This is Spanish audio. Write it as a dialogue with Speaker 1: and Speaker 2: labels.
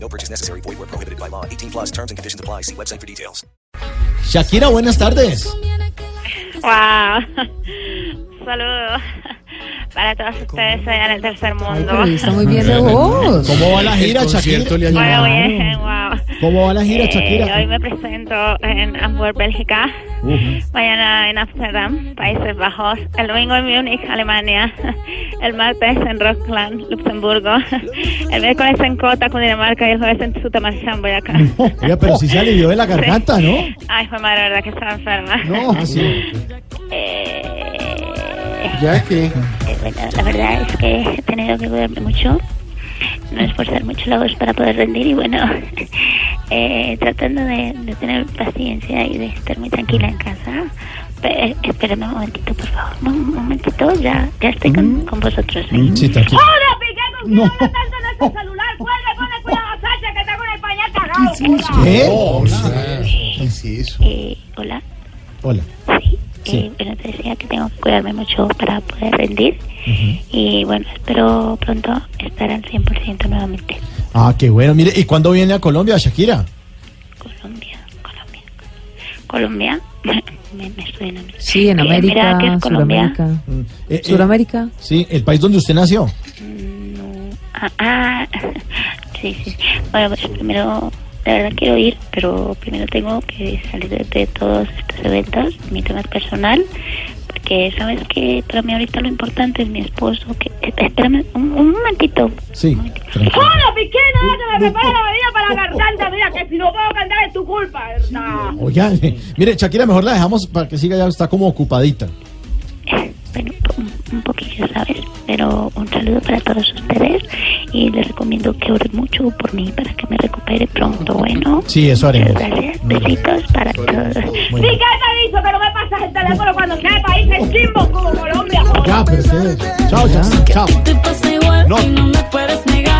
Speaker 1: No purchase necessary. Void where prohibited by law. 18 plus terms and conditions apply. See website for details.
Speaker 2: Shakira, buenas tardes.
Speaker 3: Wow. Saludos para todos ustedes allá en el tercer mundo.
Speaker 4: Está muy bien de voz.
Speaker 2: ¿Cómo va la gira,
Speaker 5: concierto
Speaker 2: Shakira?
Speaker 5: le ha
Speaker 3: Bueno,
Speaker 5: llegado.
Speaker 3: bien, wow.
Speaker 2: ¿Cómo va la gira,
Speaker 3: Eh, hoy
Speaker 2: eh. Shakira?
Speaker 3: me presento en Hamburg, Bélgica. Mañana en Amsterdam, Países Bajos. El domingo en Múnich, Alemania. El martes en Rockland, Luxemburgo. El miércoles en Cota, Cundinamarca. Y el jueves en Sutamarchán, Boyacá.
Speaker 2: Oiga, pero sí se alivió de la garganta, ¿no?
Speaker 3: Ay, fue madre, la verdad que estaba enferma.
Speaker 2: No, sí.
Speaker 3: Eh,
Speaker 5: Ya que.
Speaker 3: Bueno, Pues la verdad es que he tenido que cuidarme mucho, no esforzar mucho la voz para poder rendir y bueno, eh, tratando de, de tener paciencia y de estar muy tranquila en casa. Pe- eh, espérame un momentito, por favor, un momentito, ya, ya estoy con, con vosotros. ¿eh? ¿sí?
Speaker 2: Sí, tranquilo.
Speaker 3: Ah,
Speaker 6: ¡Hola, Piqué! ¿Con
Speaker 2: No.
Speaker 6: quién habla tanto en este celular? ¡Cuelga, ponle cuidado, Sacha, que está con el pañal cagado! ¡Hola!
Speaker 2: ¿Qué?
Speaker 5: Oh, Hola. ¿Qué es eso?
Speaker 3: Eh, hola,
Speaker 2: Hola.
Speaker 3: sí.
Speaker 2: Sí.
Speaker 3: Eh, bueno, te decía que tengo que cuidarme mucho para poder rendir y bueno, espero pronto estar al 100% nuevamente.
Speaker 2: Ah, qué bueno. Mire, ¿y cuándo viene a Colombia, Shakira?
Speaker 3: Colombia, Colombia. Colombia, me, me suena.
Speaker 4: Sí, en
Speaker 3: Eh, mira que
Speaker 4: América,
Speaker 3: es Colombia.
Speaker 4: Sudamérica.
Speaker 2: Eh, eh,
Speaker 4: Suramérica.
Speaker 2: Sí, el país donde usted nació.
Speaker 3: No. Ah, ah, sí, sí. Bueno, pues primero, la verdad quiero ir, pero primero tengo que salir de, de todos estos eventos, mi tema es personal, porque sabes que para mí ahorita lo importante es mi esposo. Que, eh, espérame un, un momentito.
Speaker 2: Sí. tranquilo.
Speaker 3: Ah.
Speaker 6: ¡Hola, Piqué! Nada que me prepare la bebida para la garganta, mira, que si no puedo cantar es tu culpa, ¿verdad?
Speaker 2: Oiga, eh, mire, Shakira, mejor la dejamos para que siga ya, está como ocupadita.
Speaker 3: Bueno, un, un poquillo, ¿sabes? Pero un saludo para todos ustedes y les recomiendo que oren mucho por mí para que me recupere pronto, bueno.
Speaker 2: Sí, eso haremos.
Speaker 3: Gracias, besitos para todos.
Speaker 2: Muy
Speaker 6: Piqué
Speaker 2: bien.
Speaker 6: te dijo que no me pasas el teléfono cuando sea de países chimbo
Speaker 3: pues,
Speaker 6: como Colombia, joder.
Speaker 2: Ya, perfecto. Chao, chao. Chao.
Speaker 7: Te pasa igual
Speaker 2: No.
Speaker 7: y no me puedes negar.